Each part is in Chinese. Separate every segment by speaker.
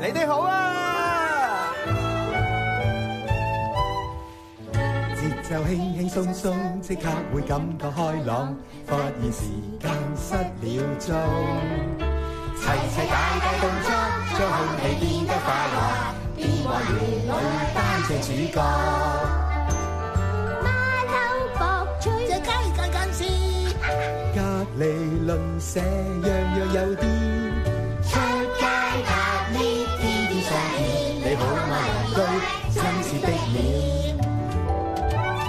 Speaker 1: 你哋好啊！
Speaker 2: 節奏輕輕鬆鬆，即刻會感覺開朗，發現時間失了蹤。齊齊大大動作，將空氣變得快樂，變幻園裏扮隻主角。
Speaker 3: 馬騮博取隻雞近近視，
Speaker 2: 隔離鄰舍樣樣有啲，
Speaker 3: 出街搭 lift 天天上演。
Speaker 2: 你好嗎鄰居真是的了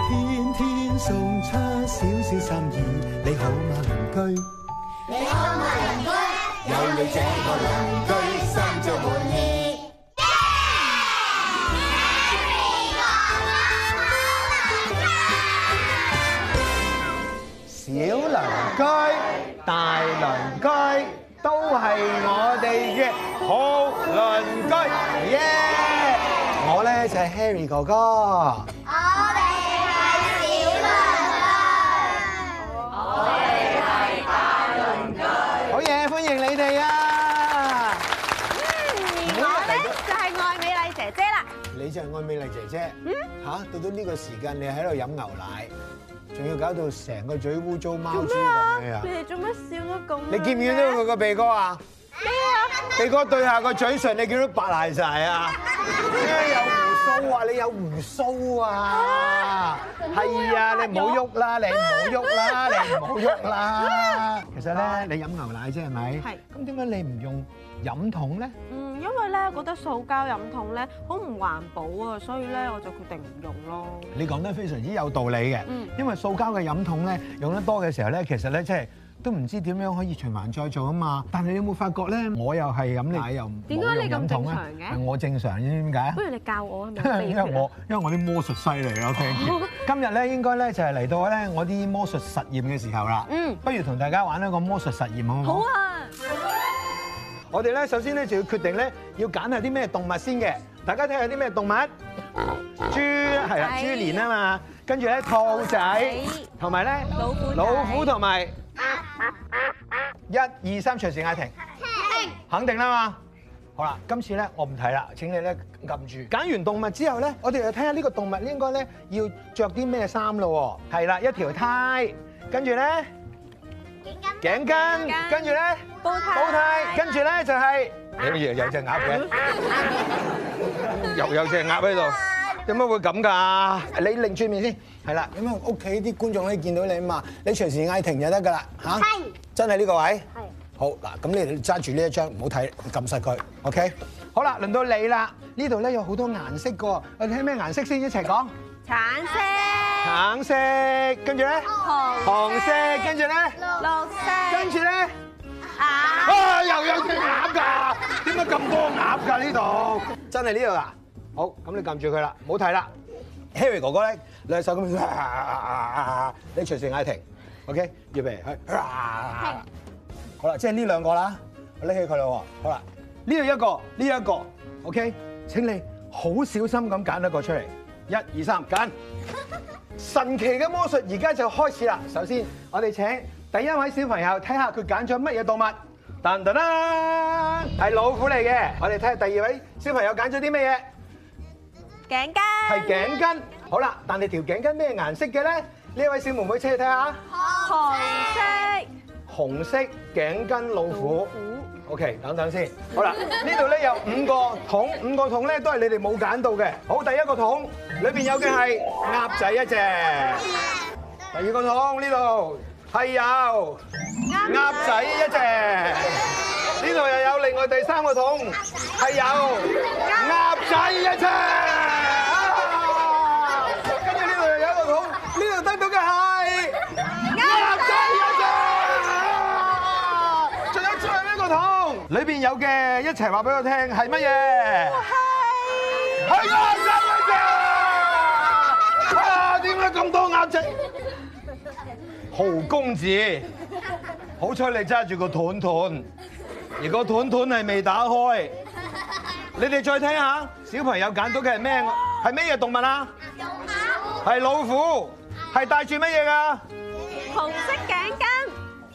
Speaker 2: 天天送出少少心意。你好嗎鄰居？
Speaker 3: 你好嗎鄰居？有你這個鄰居，心中滿意。
Speaker 1: 小鄰居、大鄰居都係我哋嘅好鄰居，耶！我咧就係 Harry 哥哥，我
Speaker 3: Ờ,
Speaker 1: 哋係小鄰居，我哋係大鄰居。好嘢，歡迎你哋啊！
Speaker 4: 我咧就係愛美麗姐姐啦，
Speaker 1: 你就係愛美麗姐姐，嚇、到到呢個時間你喺度飲牛奶，仲要搞到成個嘴污糟貓豬
Speaker 5: ờ,
Speaker 1: 咁樣啊
Speaker 4: 你！哋做乜笑到咁？
Speaker 1: 你見唔見到佢個鼻哥啊？鼻哥對下個嘴唇，你見到白賴晒啊！你有鬍鬚啊！你有鬍鬚啊！係啊！你唔好喐啦！你唔好喐啦！你唔好喐 啦！其實咧，你飲牛奶啫係咪？
Speaker 4: 係
Speaker 1: 咁點解你唔用飲筒咧？
Speaker 4: 嗯，因為咧覺得塑膠飲筒咧好唔環保
Speaker 5: à,
Speaker 4: 啊，所以咧我就決定唔用咯。
Speaker 1: 你講得非常之有道理嘅
Speaker 4: 嗯，
Speaker 1: 因為塑膠嘅飲筒咧用得多嘅時候咧，其實咧即係都唔知點樣可以循環再造啊嘛。但係你有冇發覺咧？我又係飲奶又冇
Speaker 4: 點解你
Speaker 1: 用
Speaker 4: 咁
Speaker 1: 飲
Speaker 4: 正
Speaker 1: 筒咧
Speaker 4: 常嘅
Speaker 1: 係我正常，知唔知點解啊
Speaker 4: 不？如你教我係 咪 有秘
Speaker 1: 因為
Speaker 4: 訣啊
Speaker 1: 我因為我啲魔術犀利啊，OK。今 日咧應該咧就係嚟到咧我啲魔術實驗嘅時候啦。
Speaker 4: 嗯
Speaker 1: 不如同大家玩一個魔術實驗好唔
Speaker 4: 好
Speaker 1: 好？
Speaker 4: 啊，
Speaker 1: 我哋咧首先咧就要決定咧要揀下啲咩動物先嘅，大家睇下有啲咩動物？豬係啦，豬年啊嘛，跟住咧兔仔，同埋咧
Speaker 4: 老虎仔
Speaker 1: 老虎同埋一二三隨時嗌停，肯定啦嘛。好啦，今次咧我唔睇啦，請你咧撳住。揀完動物之後咧，我哋就睇下呢個動物應該咧要着啲咩衫咯喎。係啦，一條呔，跟住咧頸巾，跟住咧。
Speaker 4: 煲呔，
Speaker 1: 煲呔，跟住咧就係有嘢有隻鴨嘅，又有隻鴨喺度，點解會咁㗎？你擰轉面先，係啦，咁啊屋企啲觀眾可以見到你啊嘛，你隨時嗌停就得㗎啦嚇，真係呢個位，係好嗱，咁你揸住呢一張唔好睇，撳實佢，OK，好啦，輪到你啦，呢度咧有好多顏色㗎喎，我哋睇咩顏色先一齊講，
Speaker 4: 橙色、
Speaker 1: 橙色，跟住咧
Speaker 4: 紅、
Speaker 1: 紅色，跟住咧，
Speaker 4: 綠
Speaker 1: 跟
Speaker 4: 色、
Speaker 1: 住咧。
Speaker 4: 啊，
Speaker 1: 啊！又有隻鴨㗎，點解咁多鴨㗎呢度？真係呢度啊！好，咁你撳住佢啦，唔好睇啦。Harry 哥哥咧，兩手咁樣，啊你隨時嗌停，OK？預備去。啊好啦，即係呢兩個啦，我拎起佢啦喎。好啦，呢度一個，呢一個，OK？請你好小心咁揀一個出嚟，一二三，揀。神奇嘅魔術而家就開始啦！首先，我哋請第一位小朋友睇下佢揀咗乜嘢動物。噔噔噔，係老虎嚟嘅。我哋睇下第二位小朋友揀咗啲咩嘢？
Speaker 4: 頸
Speaker 1: 係
Speaker 4: 巾、
Speaker 1: 頸巾。好啦，但係條頸巾咩顏色嘅咧？呢位小妹妹，請你睇下，
Speaker 4: 紅色、
Speaker 1: 紅色頸巾老
Speaker 4: 虎
Speaker 1: 虎。OK，等等先。好啦，呢度咧有五個桶，五個桶咧都係你哋冇揀到嘅。好，第一個桶裏邊有嘅係鴨仔一隻，第二個桶呢度係有鴨仔一隻，呢度又有另外第三個桶係有鴨仔一隻。啊跟住呢度又有一個桶，呢度得到嘅係鴨仔一隻。啊仲有最後一個桶，裏邊有嘅一齊話俾我聽係乜嘢？係鴨仔一隻。啊！點解咁多鴨仔？豪公子，好彩你揸住個盾盾，而個盾盾係未打開。你哋再睇下，小朋友揀到嘅係咩？係咩嘢動物啊？係老虎，係帶住乜嘢㗎？
Speaker 4: 紅色頸巾。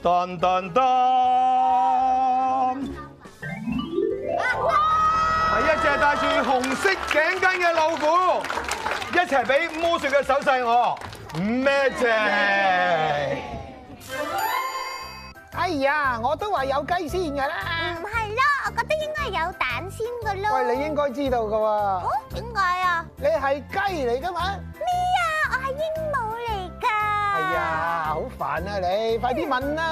Speaker 1: 當當當！
Speaker 3: Wow!
Speaker 1: 紅色頸巾嘅老虎，一齊俾魔術嘅手勢我，magic！
Speaker 6: 哎呀，我都話有雞先㗎啦。
Speaker 3: 唔係咯，我覺得應該有蛋先噶咯。
Speaker 6: 喂，你應該知道㗎喎
Speaker 3: 哦，，點解啊？
Speaker 6: 你係雞嚟㗎嘛？
Speaker 3: 咩啊？我係鸚鵡嚟㗎。
Speaker 6: 哎呀，好煩啊你，快啲問啦！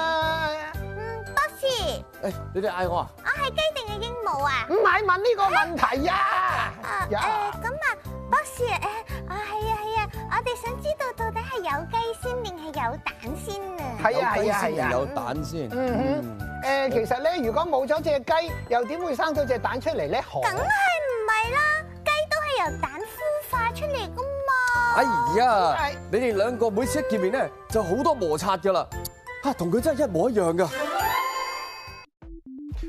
Speaker 3: 嗯，博士，
Speaker 6: 誒，你哋嗌我
Speaker 7: à?
Speaker 6: 啊？
Speaker 3: 我係雞定係鸚鵡啊
Speaker 6: 唔？係問呢個問題啊！
Speaker 3: 啊誒
Speaker 6: 呀
Speaker 3: 咁啊，博士誒，啊係啊係啊，我哋想知道到底係有雞先定係有蛋先啊？
Speaker 6: 係啊係啊係啊！
Speaker 7: 有蛋先。
Speaker 6: 嗯哼，誒其實咧，如果冇咗只雞，又點會生到隻蛋出嚟咧？好
Speaker 3: 梗係唔係啦，雞都係由蛋孵化出嚟噶嘛。
Speaker 7: 哎呀
Speaker 6: 係，
Speaker 7: 你哋兩個每次一見面咧，就好多摩擦㗎啦。嚇，同佢真係一模一樣㗎。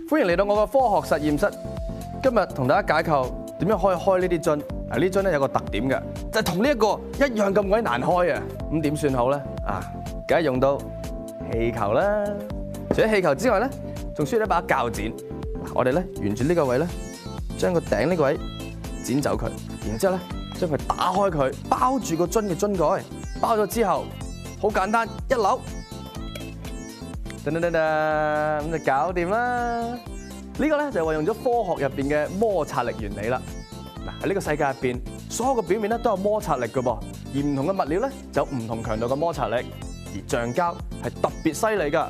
Speaker 7: 歡迎嚟到我嘅科學實驗室，今日同大家解構點樣可以開呢啲樽。啊，呢樽咧有個特點嘅，就係同呢一個一樣咁鬼難開啊。咁點算好咧？啊，梗係用到氣球啦。除咗氣球之外咧，仲需要一把鉸剪。嗱，我哋咧沿住呢個位咧，將個頂呢個位剪走佢，然之後咧將佢打開佢，包住個樽嘅樽蓋，包咗之後好簡單，一扭，噔噔噔噔，咁就搞掂啦。呢個咧就係運用咗科學入邊嘅摩擦力原理啦。嗱喺呢個世界入邊，所有嘅表面咧都有摩擦力嘅噃，而唔同嘅物料咧就有唔同強度嘅摩擦力，而橡膠係特別犀利㗎，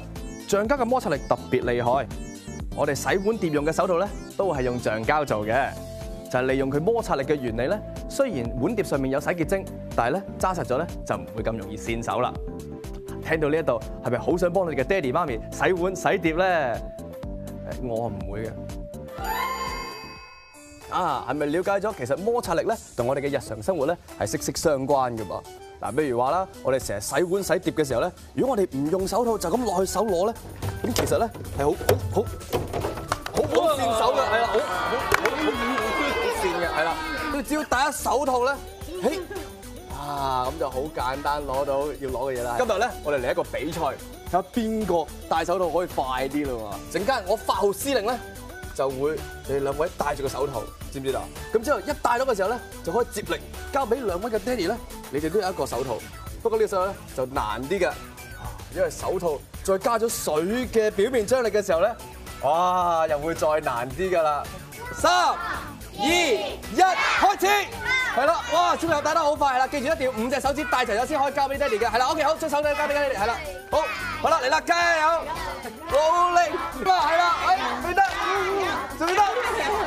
Speaker 7: 橡膠嘅摩擦力特別厲害。我哋洗碗碟用嘅手套咧，都係用橡膠做嘅，就係、利用佢摩擦力嘅原理咧。雖然碗碟上面有洗潔精，但係咧揸實咗咧就唔會咁容易跣手啦。聽到呢一度，係咪好想幫你嘅爹哋媽咪洗碗洗碟咧？誒我唔會嘅。啊，係咪了解咗其實摩擦力咧同我哋嘅日常生活咧係息息相關嘅噃？嗱，譬如話啦，我哋成日洗碗洗碟嘅時候咧，如果我哋唔用手套就咁落去手攞咧，咁其實咧係好好好好好跣手嘅，係啦，好好好好跣嘅，係啦。你只要戴一手套咧，嘿，啊咁就好簡單攞到要攞嘅嘢啦。今日咧，我哋嚟一個比賽，睇下邊個戴手套可以快啲啦喎。陣間我發號施令咧，就會你哋兩位戴住個手套，知唔知道？咁之後一戴到嘅時候咧，就可以接力交俾兩位嘅爹哋咧，你哋都有一個手套。不過呢個手套咧就難啲嘅。啊因為手套再加咗水嘅表面張力嘅時候咧，哇，又會再難啲噶啦。三、二、一，開始！係啦，哇，小朋友打得好快啦，記住一定要五隻手指戴齊咗先可以交俾爹哋嘅。係啦，OK，好，將手仔交俾爹哋，係啦，好，好啦，嚟啦，加油，努力，哇，係啦，哎，記得，嗯仲記得，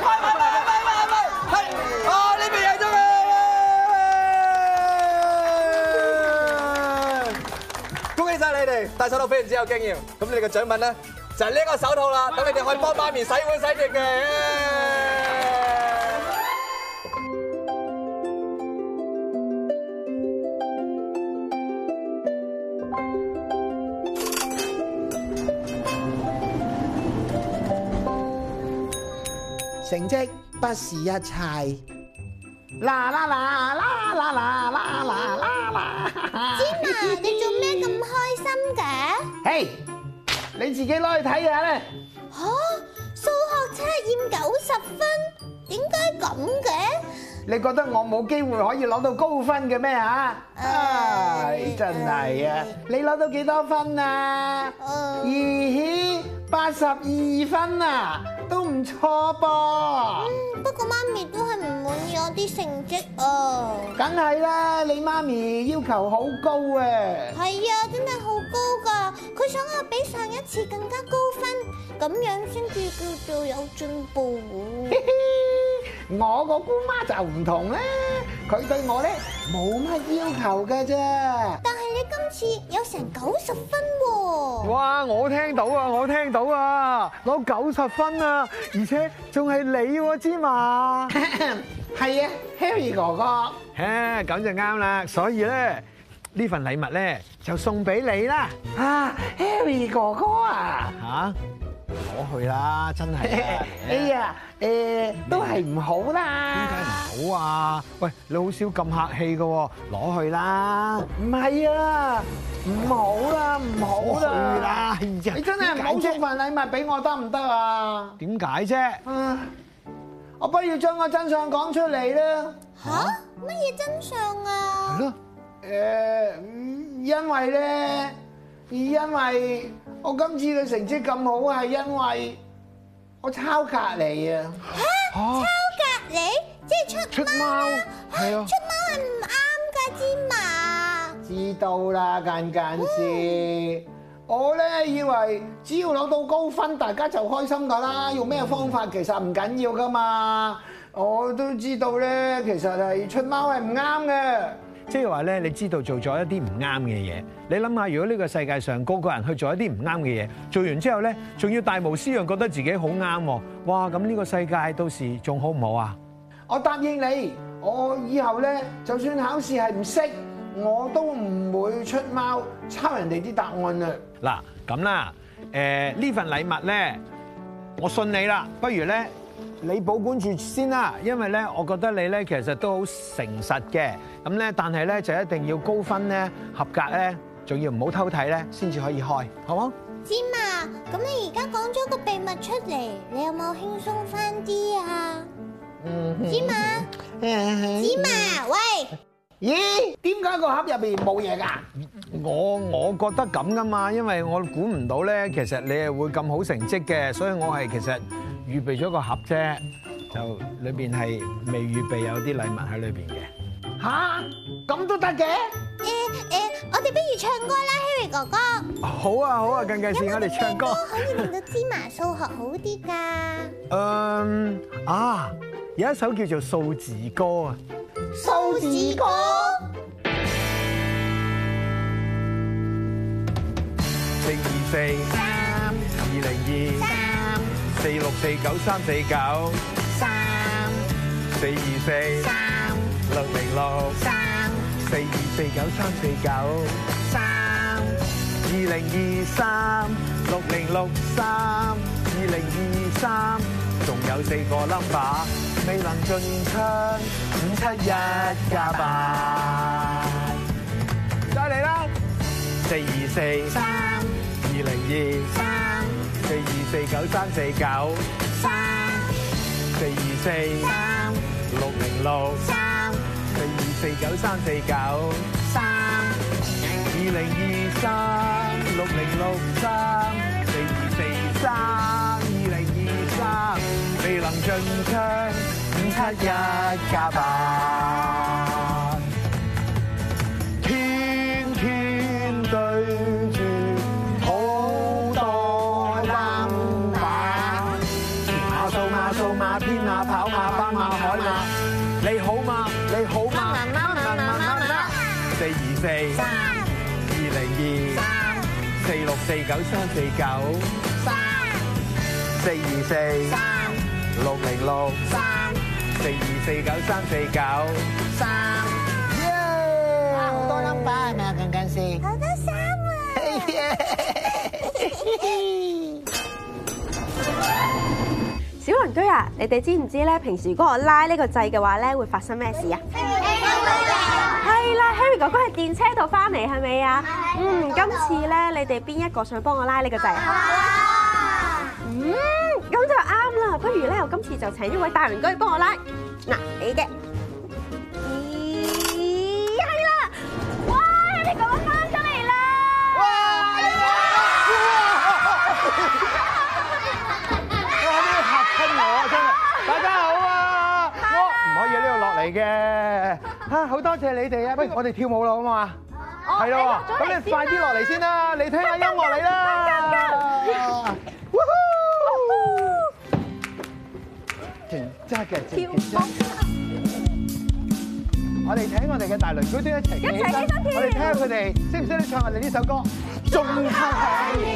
Speaker 7: 快快快快快快快，係，啊，呢邊贏咗佢。恭喜晒你哋！戴手套非常之有經驗，咁你哋嘅獎品咧就係呢一個手套啦，等你哋可以幫媽咪洗碗洗碟嘅。
Speaker 6: 成績不是一切。啦啦啦啦啦啦啦啦啦啦！
Speaker 3: 芝麻，你做咩咁開心嘅？
Speaker 6: 嘿，你自己攞去睇下咧。
Speaker 3: 吓，數學測驗九十分，點解咁嘅？
Speaker 6: 你覺得我冇機會可以攞到高分嘅咩嚇？唉，真係啊！你攞到幾多分啊？
Speaker 3: 嗯
Speaker 6: 咦，八十二分啊，都唔錯噃。
Speaker 3: 嗯不過媽咪都係唔滿意我啲成績啊。
Speaker 6: 梗係啦，你媽咪要求好高啊！
Speaker 3: 係啊，真係好高㗎！佢想我比上一次更加高分，咁樣先至叫做有進步喎。
Speaker 6: 我個姑媽就唔同啦，佢對我咧冇乜要求嘅啫。
Speaker 3: 但係你今次有成九十分喎，
Speaker 1: 哇！我聽到啊，我聽到啊，攞九十分啊，而且仲係你喎，芝麻。
Speaker 6: 係啊，Harry 哥哥，
Speaker 1: 嘿，咁就啱啦。所以咧，呢份禮物咧就送俾你啦。
Speaker 6: 啊，Harry 哥哥啊！
Speaker 1: 嚇，攞去啦，真係啊。
Speaker 6: 哎呀，誒都係唔好啦。
Speaker 1: 點解唔好啊？喂，你好少咁客氣嘅喎，攞去啦。
Speaker 6: 唔係啊，唔好啦，唔好
Speaker 1: 去
Speaker 6: 啦。
Speaker 1: 啦，哎呀
Speaker 6: 你真係唔
Speaker 1: 點
Speaker 6: 好
Speaker 1: 解
Speaker 6: 送
Speaker 1: 啫？
Speaker 6: à. 份禮物俾我得唔得啊？
Speaker 1: 點解啫？
Speaker 6: 啊，我不如將個真相講出嚟啦。
Speaker 3: 吓？乜嘢真相啊？
Speaker 1: 咯，
Speaker 6: Ờ, 誒，嗯因為咧，因為我今次嘅成績咁好係因為我抄隔離啊。
Speaker 1: 嚇
Speaker 3: 隔離即係出
Speaker 1: 出貓
Speaker 3: 啦
Speaker 1: 係啊
Speaker 3: 出貓係唔啱㗎芝麻。
Speaker 6: 知道啦，間間事。我咧以為只要攞到高分，大家就開心㗎啦。用咩方法其實唔緊要㗎嘛。我都知道咧，其實係出貓係唔啱嘅。
Speaker 1: 即係話咧，你知道做咗一啲唔啱嘅嘢，你諗下，如果呢個世界上個個人去做一啲唔啱嘅嘢，做完之後咧，仲要大無私樣覺得自己好啱喎，哇！咁呢個世界到時仲好唔好啊？
Speaker 6: 我答應你，我以後咧就算考試係唔識，我都唔會出貓抄人哋啲答案啦。
Speaker 1: 嗱，咁啦，誒呢份禮物咧，我信你啦，不如咧你保管住先啦，因為咧我覺得你咧其實都好誠實嘅，咁咧但係咧就一定要高分咧合格咧，仲要唔好偷睇咧先至可以開，好冇？
Speaker 3: 芝麻，咁你而家講咗個秘密出嚟，你有冇輕鬆翻啲啊？
Speaker 1: 嗯
Speaker 3: 芝麻，芝麻，喂，
Speaker 6: 咦？點解個盒入邊冇嘢㗎？
Speaker 1: 我我覺得咁噶嘛，因為我估唔到咧，其實你係會咁好成績嘅，所以我係其實預備咗個盒啫，就裏邊係未預備有啲禮物喺裏邊嘅。
Speaker 6: 吓？咁都得
Speaker 3: 誒、
Speaker 6: 嘅？
Speaker 3: 誒，我哋不如唱歌啦，Harry 哥哥，
Speaker 1: 好啊好啊，近近時我哋唱歌。
Speaker 3: 可以令到芝麻數學好啲㗎。
Speaker 1: 嗯啊，有一首叫做《數字歌》啊。
Speaker 6: 數字歌。
Speaker 1: 四二四，二零二，四六四九三四九，四二四，六零六，四二四九三四九，二零二三，六零六三，二零二三，仲有四個 number 未能進出，五七一加八，再嚟啦，四二四，三，二零二，三，四二四九三四九，四二四，三，六零六，三，四二四九三四九，三，二零二三，六零六三，四二四三，二零二三，未能進出，五七一加八。天天對住好多 number，填下數碼數碼編碼跑馬斑馬海馬，你好嘛你好嘛，四二四二零二四六四九三四九四二四六零六四二四九三四九，耶！
Speaker 6: 好多 number 係咪啊？近近時。
Speaker 3: 好多衫啊！
Speaker 5: 小鄰居啊，你哋知唔知咧？平時如果我拉呢個掣嘅話咧，會發生咩事啊？係啦，Harry 哥哥喺電車度翻嚟係咪啊？嗯，今次咧，你哋邊一個想幫我拉呢個掣啊？嗯，咁就啱啦。不如咧，我今次就請一位大鄰居幫我拉。嗱，你嘅。咦，係啦！哇，Harry 哥哥翻咗嚟啦！
Speaker 1: 嚇親我啊！真係，大家好啊！我唔可以喺呢度落嚟嘅，啊好多謝你哋啊！不如我哋跳舞啦好嘛？係咯喎，咁你快啲落嚟先啦！你聽下音樂嚟啦！勁真係勁，勁真係我哋請我哋嘅大鄰居都一齊企起身，我哋聽下佢哋識唔識得唱我哋呢首歌。鐘敲響了，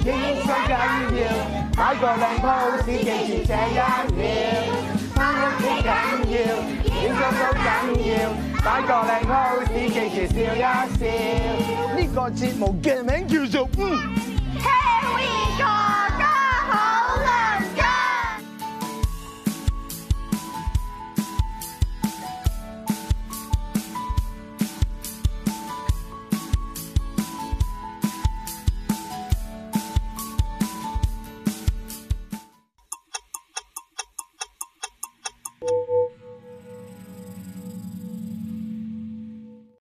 Speaker 1: 影影相緊要，擺個靚 pose 記住這一秒，翻屋企緊要，影張相緊要，擺個靚 pose 記住笑一笑。呢個節目嘅名叫做嗯。
Speaker 3: Harry 哥。